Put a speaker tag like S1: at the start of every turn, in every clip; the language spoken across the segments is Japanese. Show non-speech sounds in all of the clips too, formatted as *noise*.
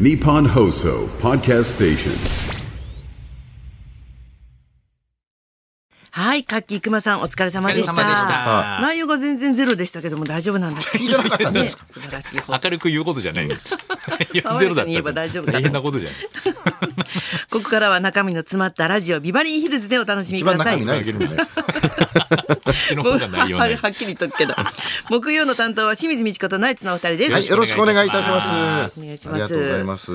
S1: Nippon Hoso Podcast Station.
S2: はい、カッキークマさんお疲れ様でした。
S3: お疲れ様でした
S2: 内容が全然ゼロでしたけども大丈夫なんだって。
S4: 聞いてなかったんで
S2: ね
S4: すか、
S2: 素晴らしい方。
S3: 明るく言うことじ
S2: *laughs*
S3: ゃない。いや
S2: 爽
S3: ゼ
S2: やか
S3: ロだった
S2: に言えば大丈夫だ
S3: 大変なことじゃないですか。
S2: ここからは中身の詰まったラジオビバリーヒルズでお楽しみ
S4: 一
S2: くだ
S4: 番
S2: さ
S4: 中
S2: い
S4: 身。ないですけどね。
S3: こっちの
S2: もう
S3: 方
S2: は
S3: が内容な
S2: *laughs*
S3: い。
S2: はっきり言っとくけど。木曜の担当は清水美智子とナイツのお二人です。
S4: はい、よろしくお願いいたします。
S2: お願いし
S4: あ
S2: ます
S4: りがとうございます。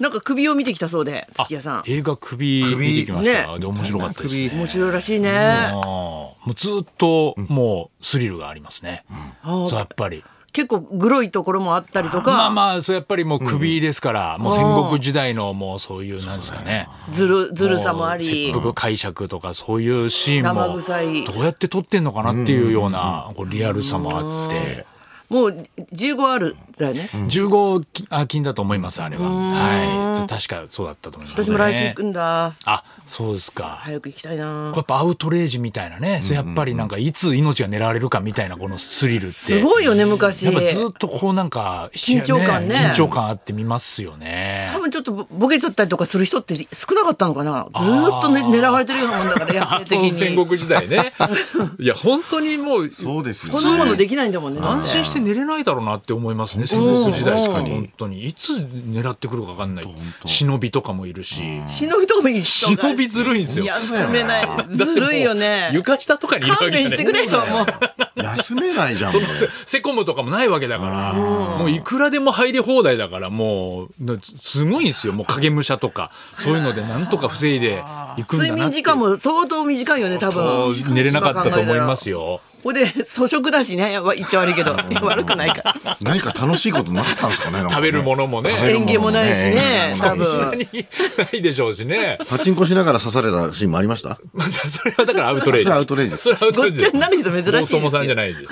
S2: なんか首を見てきたそうで土屋さん。
S3: 映画首見てきました。
S2: ね
S3: で面白かったですね。
S4: 首
S2: 面白いらしいね。
S3: あーもうずっともうスリルがありますね。
S2: うん
S3: そうやっぱり。
S2: 結構グロいところもあったりとか、
S3: まあまあそうやっぱりもう首ですから、もう戦国時代のもうそういうなんですかね。
S2: ずるずるさもあり
S3: 切。腹解釈とかそういうシーン
S2: 生臭い
S3: もどうやって撮ってんのかなっていうようなこうリアルさもあって。
S2: もう15あるだよね。
S3: 15きあ金だと思いますあれははい確かそうだったと思います、ね、
S2: 私も来週行くんだ。
S3: あそうですか
S2: 早く行きたいな。
S3: やっぱアウトレイジみたいなね、そうやっぱりなんかいつ命が狙われるかみたいなこのスリルって
S2: すごいよね昔。
S3: やっぱずっとこうなんか
S2: 緊張感ね
S3: 緊張感あって見ますよね
S2: 多分ちょっとぼボケちゃったりとかする人って少なかったのかなずーっと、ね、狙われてるようなもんだから野生的
S3: あの戦
S2: に
S3: 国時
S2: *laughs*
S3: 代ねいや本当にもう
S4: そうですよ
S2: こんなものできないんだもんねだっ
S3: 安
S2: て
S3: 心して寝れないだろうなって思いますね戦国時代確かに本当にいつ狙ってくるか分かんない忍びとかもいるし
S2: 忍びとかもいい人が
S3: 忍びずるいんですよ
S2: 休めないずるいよね
S3: 床下とかに *laughs* いるわけ
S2: 勘
S3: じ
S2: 弁し
S3: ゃな
S2: て
S3: い
S2: くれよもう
S4: 休めないじゃん。もう
S3: セコムとかもないわけだから、もういくらでも入り放題だから、もう、なすごいんですよ。もう影武者とか、そういうのでなんとか防いでいくんだなって
S2: 睡眠時間も相当短いよね多
S3: も
S2: 分
S3: う寝れなかったと思います
S2: よ
S3: よ。
S2: ほんで粗食だしねわ言っちゃ悪いけど悪くないから
S4: *laughs* 何か楽しいことなかったんですかね。なんかね
S3: 食べるものもね
S4: 食べる
S2: 演芸もないしね
S4: 演芸
S2: 多
S4: もないし
S3: そんな
S2: 分
S3: にないでしょうしね。 *laughs*
S4: パチンコしながら刺されたシーンもありました。
S3: まあ、じゃあそれはだからアウトレイジ。
S4: それはアウトレイジ
S3: それはアウト
S2: ご
S3: レ
S2: っ
S3: イジ
S2: ちゃになる人珍しい
S3: 大
S2: ですよ
S3: 友さんじゃないです。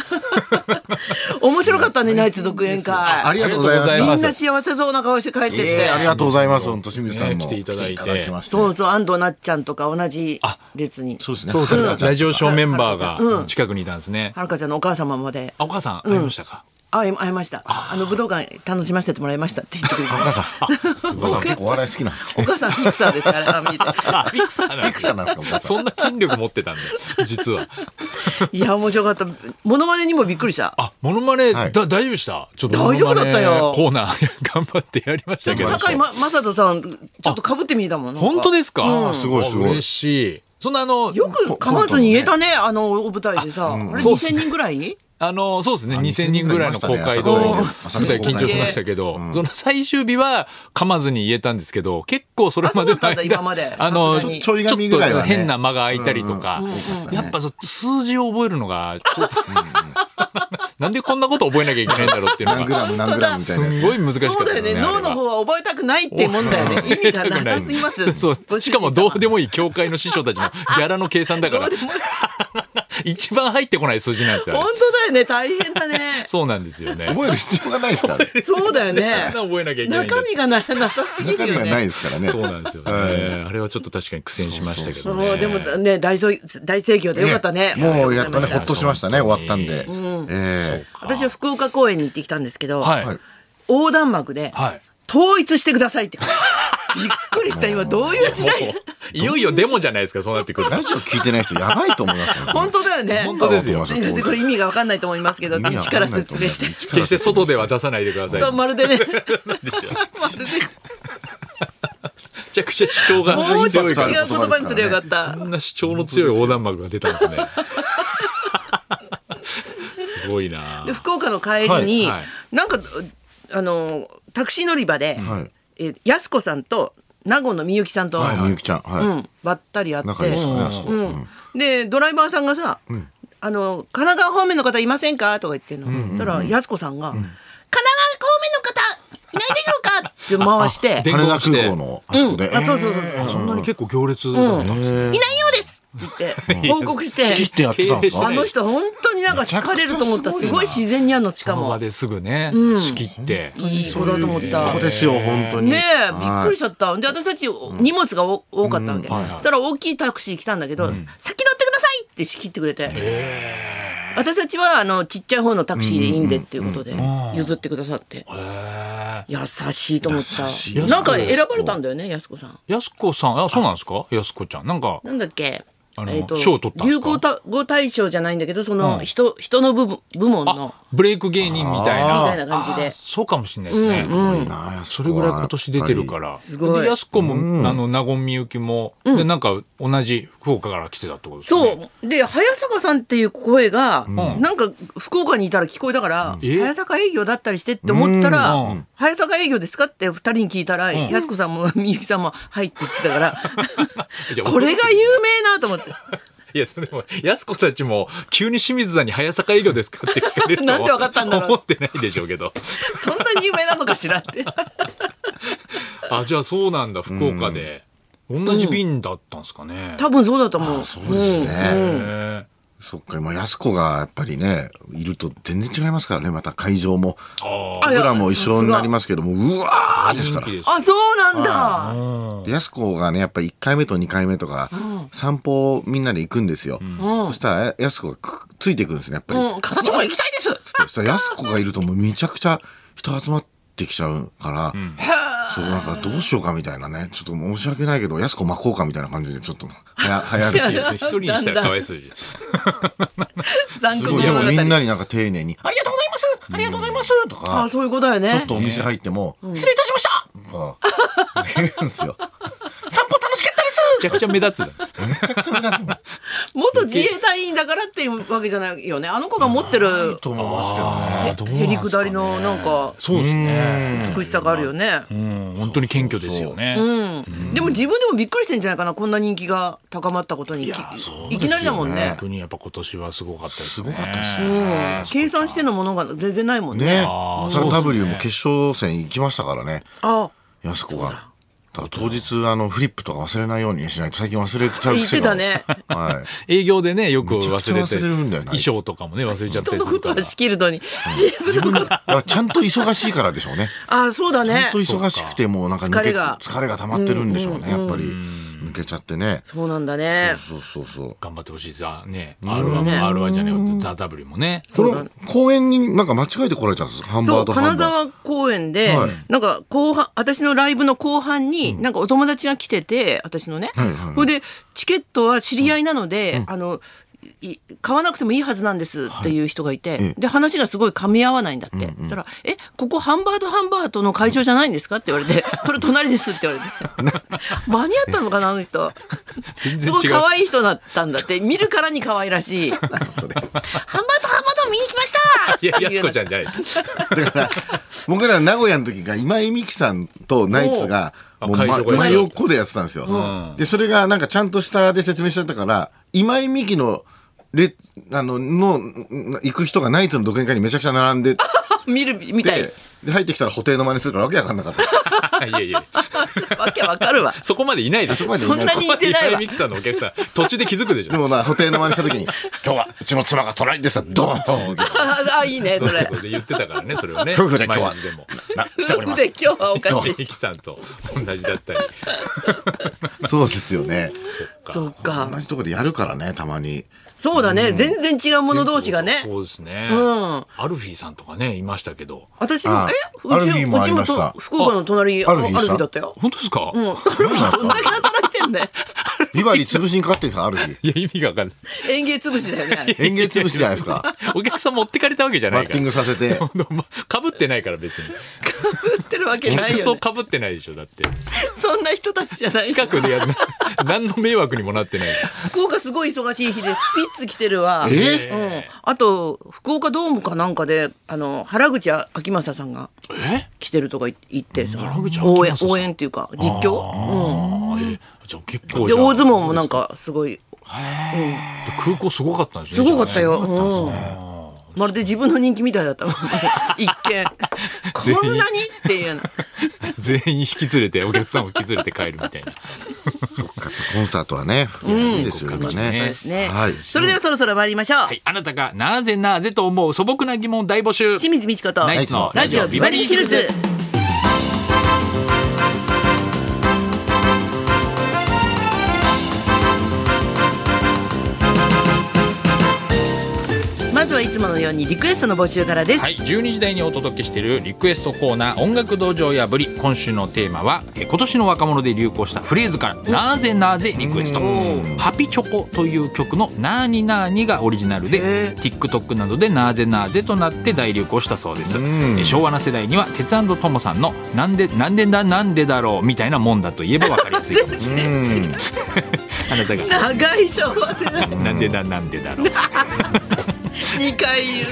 S2: 面白かったねナイツ独演
S4: あ
S2: 会
S4: りがとうございま
S3: あ
S2: みん
S3: りがとうござい
S4: す。
S3: ます
S2: な幸せそうな顔して帰ってっ
S4: え
S2: て
S4: ーありがとうございます。本当清水さんも
S3: ね来ていただいて
S4: きまして
S2: そうそう安藤なっちゃんとか同じ列に
S4: そうですね。
S3: そうそう。ラジオショーメンバー
S2: う
S3: が
S2: ん
S3: 近くにいたんですね。
S2: はるかちゃんのお母様まで
S3: あお母さん、会いましたか
S2: 会い会いましたあの武道館楽しませてもらいましたって言ってくれて
S4: お母さん *laughs* 結構お笑い好きなんです
S2: お
S4: ね。
S2: 母さんフィクサーですからあ見て
S3: あ、ピクサーなんだ
S4: ピクサーなんですかお母さ
S3: *laughs* そんな筋力持ってたんだ、実は。
S2: いや面白かったモノマネにもびっくりした
S3: あ、モノマネ、
S4: はい
S3: だ大丈夫でしたちょっと
S2: 大丈夫だったよ
S3: モノマネコーナー *laughs* 頑張ってやりまし
S2: ちょ
S3: た
S2: っ
S3: け
S2: と
S3: ど。
S2: 堺井雅人さんちょっとかぶってみたもんなんか
S3: 本当ですか、
S4: あすごいすごい
S3: あ嬉しい。そんなあの、
S2: よく噛まずに言えたねあのお舞台でさあれ
S3: そうっす
S2: 2000
S3: ね
S2: 人ぐらい
S3: あの、そうですね、2000
S4: 2000
S3: 人ぐらいの公開で、
S4: い
S2: ま
S4: した
S3: 舞
S4: ね
S3: 台緊張しましたけど、その最終日は噛まずに言えたんですけど、結構それまでの間
S2: あそうだったんだ今まで
S3: *laughs* あの、
S2: さすがに
S3: ちょ
S4: ちょい
S3: ちょ
S4: 紙
S3: っ
S4: ぐらいは
S3: と
S4: ね
S3: 変な間が空いたりとか、
S4: うんうん
S3: やっぱそう数字を覚えるのが、ちょっと *laughs* なんでこんなこと覚えなきゃいけないんだろうっていうの
S4: 何グ
S3: が、
S4: ラム何グラムみたい
S3: す
S4: なやつ
S3: んごい難しかった
S2: そうだよね
S3: あれは
S2: 脳の方は覚えたくないってもんだよね意味がなさすぎま
S3: *laughs* そ
S2: す
S3: うしかもどうで
S2: も
S3: もいい教会の師匠たちのギャラの計算だか
S2: *laughs* ど
S3: ら
S2: うでも
S3: *laughs* 一番入ってこない数字なんですよあ
S2: 本
S3: れ
S2: 当だよね大変だね
S3: そうなんですよね
S2: *laughs*
S4: 覚える必要がないですからね。
S2: そうだよ *laughs* ね
S3: *laughs* そんな覚えなきゃいけないんだ
S2: 中身がななさすぎ
S4: 中
S2: る
S4: 身
S2: よ
S4: がない
S2: ね
S4: ですからね。
S3: そうなんですよね、あれはちょっと確かに苦戦しましたけどね
S2: そうでもね大そう大盛況でよかったね
S4: もうやっと
S2: あ
S4: ね、ほ
S2: りが
S4: っ
S2: と
S4: と
S2: うございま
S4: しましたね、終わったんで。ええ
S2: した私は福岡公演に行ってきたんですけど、
S3: はい、
S4: はい
S2: 横断幕で、
S3: はい
S2: 統一してくださいってびっくりした今どういう時代
S3: も *laughs* ういよいよデモじゃないですかそうなってくると
S4: ラジオ聞いてない人やばいと思いますよ。
S2: 本当だよね
S3: 本当ですよ
S2: すいませんこれ意味がわかんないと思いますけど
S4: 意味
S2: 一
S4: わ
S2: か
S4: からんない
S2: 説
S4: と思います
S2: 明して
S3: 決して外では出さないでください
S2: そう
S3: め
S2: まるでねまるで
S4: *laughs*
S3: ちゃくちゃ主張が
S2: もうちょっ
S3: 強
S2: と
S3: いから
S2: 違う言葉にすればよかった
S3: こんな主張の強い横断幕が出たんです
S2: *laughs*
S3: ねすごいな
S2: で福岡の帰りに、
S3: はいはい
S2: なんかあのタクシー乗り場で、
S4: はい
S2: えやす子さんと名護のみゆきさんと、
S4: はい、みゆきちゃん。
S2: う
S4: は
S2: ん、ばったり会っ
S4: い。
S2: て
S4: 仲いいですよね、あそこ。うん
S2: でドライバーさんがさ、あの「神奈川方面の方いませんか?」とか言ってるの、そしたらやす子さんが「神奈川方面の方いないでしょうか?」って回して
S3: で
S4: 羽田空港のあそこで。
S2: あそうそうそう
S3: あそんなに結構行列だったんですね
S2: 「いないようです!」って言って報告し
S4: 好きって
S2: て
S4: やってたんです
S2: あ
S4: か
S2: の人本当になんか疲れると思ったすごい自然にやるのし
S3: そ
S2: か
S3: の場
S2: も
S3: ですぐね、仕切って。
S2: いい子だと思った。
S4: ここですよ、本当に。
S2: ねえ、びっくりしちゃった。で、私たち荷物がお多かったんで、
S3: はいはい
S2: そしたら大きいタクシー来たんだけど、先乗ってくださいって仕切ってくれて。私たちはあのちっちゃい方のタクシーでいいんでっていうことで譲ってくださって優しいと思っ
S4: 優し
S2: た
S4: い
S2: なんか選ばれたんだよねやす子さん
S3: やすこさん、あ、そうなんですかやすこちゃん。なんか、
S2: なんだっけ
S3: あの
S2: えーと
S3: 賞を取ったんです
S2: 流行
S3: か
S2: 語大賞じゃないんだけどその人人の部分部門の
S3: ブレイク芸人みたいな。
S2: みたいな感じで
S3: あそうかもしれないですね。それぐらい今年出てるから。
S2: すごい
S3: で、やすこも、あの、なごみゆきも、で、なんか、同じ福岡から来てたってことですよね。
S2: そうで早坂さんっていう声が、
S3: ん
S2: なんか福岡にいたら聞こえたから、
S3: え
S2: 早坂営業だったりしてって思ってたら、
S3: うん
S2: 早坂営業ですかって二人に聞いたら、やす子さん
S4: *laughs*
S2: もみゆきさんも「はい」って言ってたから
S3: いや
S2: *laughs* これが有名なと思
S4: *laughs*
S2: って
S3: *laughs* いや、それでも、やす子たちも、急に清水さんに早坂営業ですかって聞かれる
S2: *laughs*
S3: と。
S2: なんでわかったんだろう
S3: 思ってないでしょうけど。
S2: そんなに有名なのかしら
S4: *laughs*
S2: って。
S3: あ、じゃあそうなんだ、福岡で。同じ便だったんですかね。
S2: 多分そうだと思う。そうです
S4: ね
S3: へ
S4: そっか、今、安子がやっぱりね、いると全然違いますからね、また会場も。
S2: あ
S4: 僕らも一緒になりますけども、うわー
S3: え
S4: です
S3: 人
S4: から
S3: 気。です。
S2: あ、そうなんだ。
S4: やす子がね、やっぱり1回目と2回目とか、散歩をみんなで行くんですよ。そしたら、やす子がくついてくるんですね、やっぱり。
S2: うん、形も行きたいです。
S4: そしたら、やす子がいるともうめちゃくちゃ人集まってきちゃうから、そう、なんかどうしようかみたいなね、ちょっと申し訳ないけど、やす子巻こうかみたいな感じで、ちょっと、は *laughs* や、はやるし。
S2: いや
S3: 一人にしたらかわいそうじゃ
S2: 残酷な物
S3: ん。
S4: すごい、でもみん
S2: 語。
S4: なになんか丁寧に、ありがとうございますありがとうございますとか
S2: あ、、そういうことだよね。
S4: ちょっとお店入っても、失礼いたしましたと *laughs* か、言うんですよ。散歩楽しかったです
S3: めちゃくちゃ目立つな。
S4: めちゃくちゃ皆さん、
S2: 元自衛隊員だからっていうわけじゃないよね。あの子が持ってる
S4: と思いますけどね。
S3: あ
S2: へりくだりのなんか
S3: そうですね。
S2: 美しさがあるよね。
S3: うん、本当に謙虚ですよね。
S2: うんでも自分でもびっくりしてんじゃないかな。こんな人気が高まったことに。きいきなりだもんね
S3: 本。当にやっぱ今年はすごかったですね。
S4: すごかったです
S2: うん計算してのものが全然ないもんね。
S4: ね、
S3: あー
S4: ザ・ W も決勝戦行きましたからね、
S2: あ、
S4: やす子が。だから当日、あの、フリップとか忘れないようにしないと、最近忘れちゃう
S2: 言っ
S4: 癖
S2: て
S4: が
S2: た。ね。 *laughs*
S4: はい。
S3: 営業でね、よく
S4: めちゃくち
S3: 忘
S4: ゃ
S3: れ
S4: 忘
S3: て、
S4: れるんだよな
S3: 衣装とかもね、忘れちゃった
S2: 人
S3: り
S2: の
S3: する
S2: こ
S3: か
S2: と
S3: ら
S2: は。仕切るのに。自分のこと。
S4: だからちゃんと忙しいからでしょうね。
S2: あ、そうだ
S4: ちゃ
S2: ね
S4: んと。忙しくて、もうなんか抜
S2: 疲れ
S4: け、
S2: が
S4: 疲れが溜まってるんでしょうね、やっぱり。抜けちゃってね。
S2: そうなんだね。
S4: そうそうそう。
S3: 頑張ってほしい。ザ、ね、R1 も R1 じゃねえ、ザ・ W もね。
S4: この公園になんか間違えて来られたんですかハン
S2: そ
S4: バー
S2: う
S4: グとハ
S2: 金
S4: ンバーグ。
S2: 沢公園で、
S4: はい
S2: なんか後半私のライブの後半に、なんかお友達が来てて私のね、
S4: はいはいはい
S2: それでチケットは知り合いなので、あのい買わなくてもいいはずなんですっていう人がいて、で話がすごい噛み合わないんだって、そしたら「えここハンバートハンバートの会場じゃないんですか?」って言われて *laughs* 「それ隣です」って言われて間に合ったのかなあの人
S3: 全
S2: す
S3: 然
S2: ごい
S3: 違う。
S2: 可愛い人だったんだって見るからに可愛らしいハンバートハンバート見に来ました
S3: *laughs* いや、
S2: って
S3: や
S2: いう
S3: す
S2: よう
S3: こ
S2: な
S3: ちゃんじゃない。
S4: だから、僕ら名古屋の時が今井美樹さんとナイツが、
S3: お
S4: もう、ま、
S3: あ会場が
S4: 真横でやってたんですよ。で、それがなんかちゃんとしたで説明しちゃったから、今井美樹の、れ、あの、の、行く人がナイツの独演会にめちゃくちゃ並んでて、
S2: 見るみたい
S4: で、入ってきたら布袋の真似するからわけわかんなか *laughs* った。
S3: *laughs* いやいや、
S2: *laughs* わけわかるわ。
S3: そこまでいないでしょ。
S4: そこまでいないそんな
S2: にいてないわ
S3: そこまで今井美樹さんのお客さん、途中で気づくでし
S4: で
S3: ょ。
S4: もな、布袋の真似した時に、今日はうちの妻が隣でさ、ドーンと
S2: ああ、いいね、それ
S3: そ。うで言ってたからね、それをね。
S4: 夫婦で今日は
S3: 前にでも。
S2: 夫婦 *laughs* で今日はおかし
S3: 美
S2: い。
S3: 樹さんと同じだったり。
S4: そうですよね。
S2: そっか
S4: 同。じとこでやるからね、たまに。
S2: そうだね、全然違うもの同士がね。
S3: そうですね。
S2: ん
S3: アルフィーさんとかね、いましたけど。
S2: 私も
S4: あ、
S2: え、
S4: ア
S2: う
S4: ルフィ
S2: ち
S4: ーも
S2: も、う
S4: あ
S2: ち
S4: り
S2: も
S4: ました
S2: と、福岡の隣、あ
S4: あ
S2: アルフ
S4: アルフィーさ
S2: ィ
S4: ん
S2: ーだったよ。
S3: 本当ですか、
S2: うん、アルフィ *laughs* ーどんだけ働いてんだよ。
S4: ビバリー潰しにかかってきた、ある日。
S3: いや、意味がわか
S2: *laughs*
S3: んない。
S2: 園芸潰しだよね。
S4: 園芸潰しじゃないです *laughs* か。
S3: お客さん持ってかれたわけじゃな
S4: バ
S3: い
S4: ッ
S3: か
S4: ティング
S3: ら。
S4: させて。
S3: か *laughs* ぶってないから別に。
S2: 売ってるわけないよ、
S3: そう
S2: ね。
S3: かぶってないでしょ、だって。
S2: そんな人たちじゃない。
S3: 近くでやる。何の迷惑にもなってない。
S2: 福岡すごい忙しい日で、スピッツ来てるわ。
S4: え
S2: うん、あと福岡ドームかなんかであの原口あ秋政さんが
S3: え
S2: 来てるとか言言ってさ
S3: 原口あきまささん
S2: 応援応援っていうか実況、
S3: あーえじゃあ結
S2: う
S3: 構
S2: ん、
S3: じ
S2: で
S3: ゃあ
S2: 大相撲もなんかすごい
S3: 空港すごかったんです
S2: す
S3: ね。
S2: ごかった
S3: じゃ
S2: よ、うん、まるで自分の人気みたいだった *laughs* 一見こんなにっていうような
S3: あね。全員引き連れて、お客さんを引き連れて帰るみたいな。
S4: コンサートはね、いいですよ、今
S2: そう
S4: ね
S2: で。すね、
S4: はい
S2: そ *laughs* れではそろそろ参りましょう、
S3: はい。あなたがなぜなぜと思う素朴な疑問大募集。
S2: 清水美智子と
S3: ナイツの
S2: ラジオビバリーヒルズまずはいつものようにリクエストの募集からです、
S3: はい、12時台にお届けしているリクエストコーナー音楽道場破り今週のテーマはえー今年の若者で流行したフレーズからなぜなぜリクエストハピチョコという曲のなーになーにがオリジナル
S2: へ
S3: で TikTok などでなぜなぜとなって大流行したそうですえー昭和な世代には鉄腕ともさんのなんでなんでだなんでだろうみたいなもんだと言えばわかりやす *laughs* いかもあなたが
S2: 長い昭和世代
S3: なんでだなんでだろう
S2: 2回言う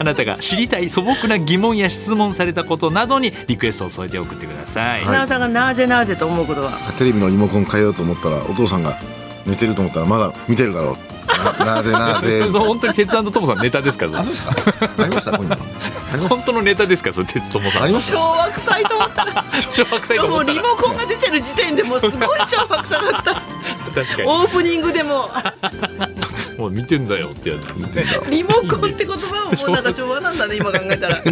S3: あなたが知りたい素朴な疑問や質問されたことなどにリクエストを添えて送ってください。
S2: 花尾さんがなぜなぜと思うことは
S4: テレビのリモコン変えようと思ったらお父さんが寝てると思ったらまだ見てるだろ
S2: *laughs*
S4: うななぜなぜ
S3: *laughs* そう本当に鉄腕ともさんネタですから。
S4: あそうですかありました今度
S3: *laughs* 本当のネタですから、それ鉄友さ
S4: あ
S3: ん
S4: り。ます
S2: 昭和臭いと思ったら
S3: 小学生
S2: で
S3: と
S2: も
S3: 思
S2: も
S3: っ
S2: う
S3: た
S2: リ
S3: ら
S2: モコンが出てる時点でもうすごい昭和臭かった
S3: 確か
S2: オープニングでも
S3: にもう見てんだよってやつですね。
S2: リモコンって言葉はもうなんか昭和なんだね今考えたら
S4: *laughs*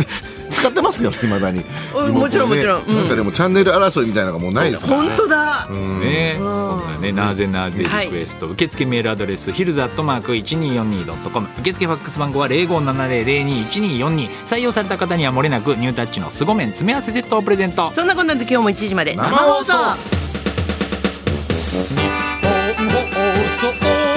S4: 使ってますけどね未だに
S2: うん
S4: リモコンね
S2: もちろんもちろんうん
S4: なんかでもチャンネル争いみたいなのがもうないですから
S2: 本当だ
S3: ね、そんなね、なぜなぜリクエスト、受付メールアドレス、ヒルズアットマーク一二四二ドットコム。受付ファックス番号は零五七零零二一二四二。採用された方にはもれなく、ニュータッチの凄麺詰め合わせセットをプレゼント。
S2: そんなこんなんで今日も1時まで
S3: 生放送
S2: 生放送
S3: 放送